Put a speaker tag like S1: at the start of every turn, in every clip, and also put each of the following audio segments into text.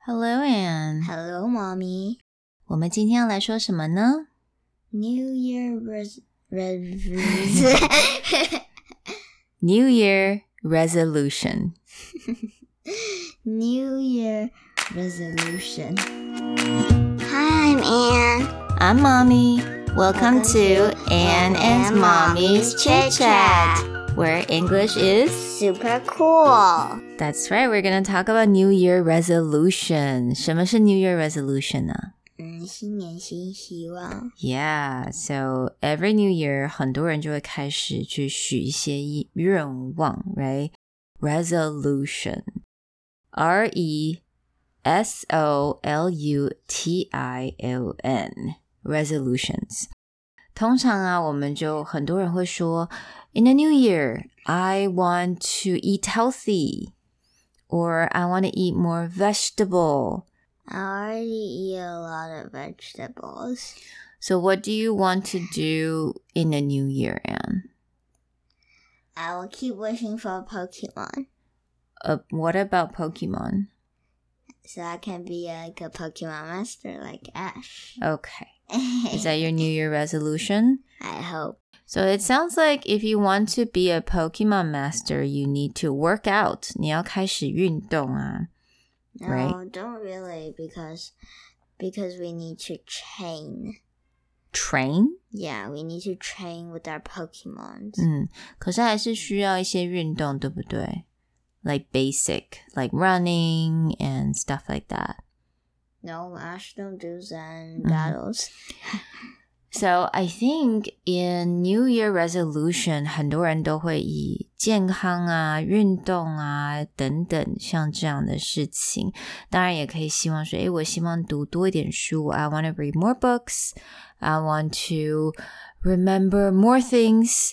S1: Hello, Anne。
S2: Hello, mommy.
S1: 我们今天要来说什么呢？
S2: New Year res res
S1: New Year resolution.
S2: New Year resolution. Hi, I'm Anne.
S1: I'm Mommy. Welcome,
S2: Welcome
S1: to
S2: to
S1: Anne
S2: Anne
S1: and
S2: and
S1: Mommy's
S2: Mommy's
S1: Chit
S2: Chit
S1: Chat, where English is.
S2: Super cool.
S1: That's right. We're gonna talk about New Year resolution. 什么是 New Year resolution 呢？
S2: Mm, 嗯，新年新希望。
S1: Yeah, so every new year, 很多人就会开始去许一些愿望，right? Resolution. R E S O L U T I O N. Resolutions. 通常啊，我们就很多人会说 In the new year, I want to eat healthy, or I want to eat more vegetable.
S2: I already eat a lot of vegetables.
S1: So, what do you want to do in the new year, Anne?
S2: I will keep wishing for Pokemon
S1: Uh, what about Pokemon?
S2: so I can be like a Pokemon master like Ash.
S1: Okay. Is
S2: I
S1: that your new year resolution?
S2: hope.
S1: So, it sounds like if you want to be a Pokemon master, you need to work out. 你要开始运动啊。
S2: No,
S1: Right.
S2: don't really because because we need to train.
S1: Train?
S2: Yeah, we need to train with our Pokemons.
S1: Mm. 嗯，可是还是需要一些运动，对不对？Like basic, like running and stuff like that.
S2: No, Ash don't do Zen
S1: Mhm.
S2: battles.
S1: So I think in New Year resolution，很多人都会以健康啊、运动啊等等像这样的事情，当然也可以希望说，诶，我希望读多一点书，I want to read more books, I want to remember more things。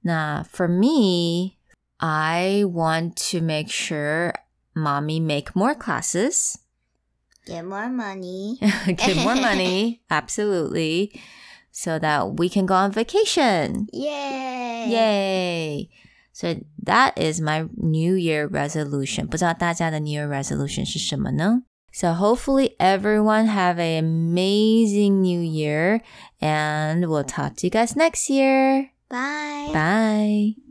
S1: 那 for me, I want to make sure mommy make more classes。
S2: Get more money.
S1: get more money, absolutely, so that we can go on vacation.
S2: Yay!
S1: Yay! So that is my New Year resolution. 不知道大家的 New Year resolution 是什么呢? So hopefully everyone have an amazing New Year, and we'll talk to you guys next year.
S2: Bye.
S1: Bye.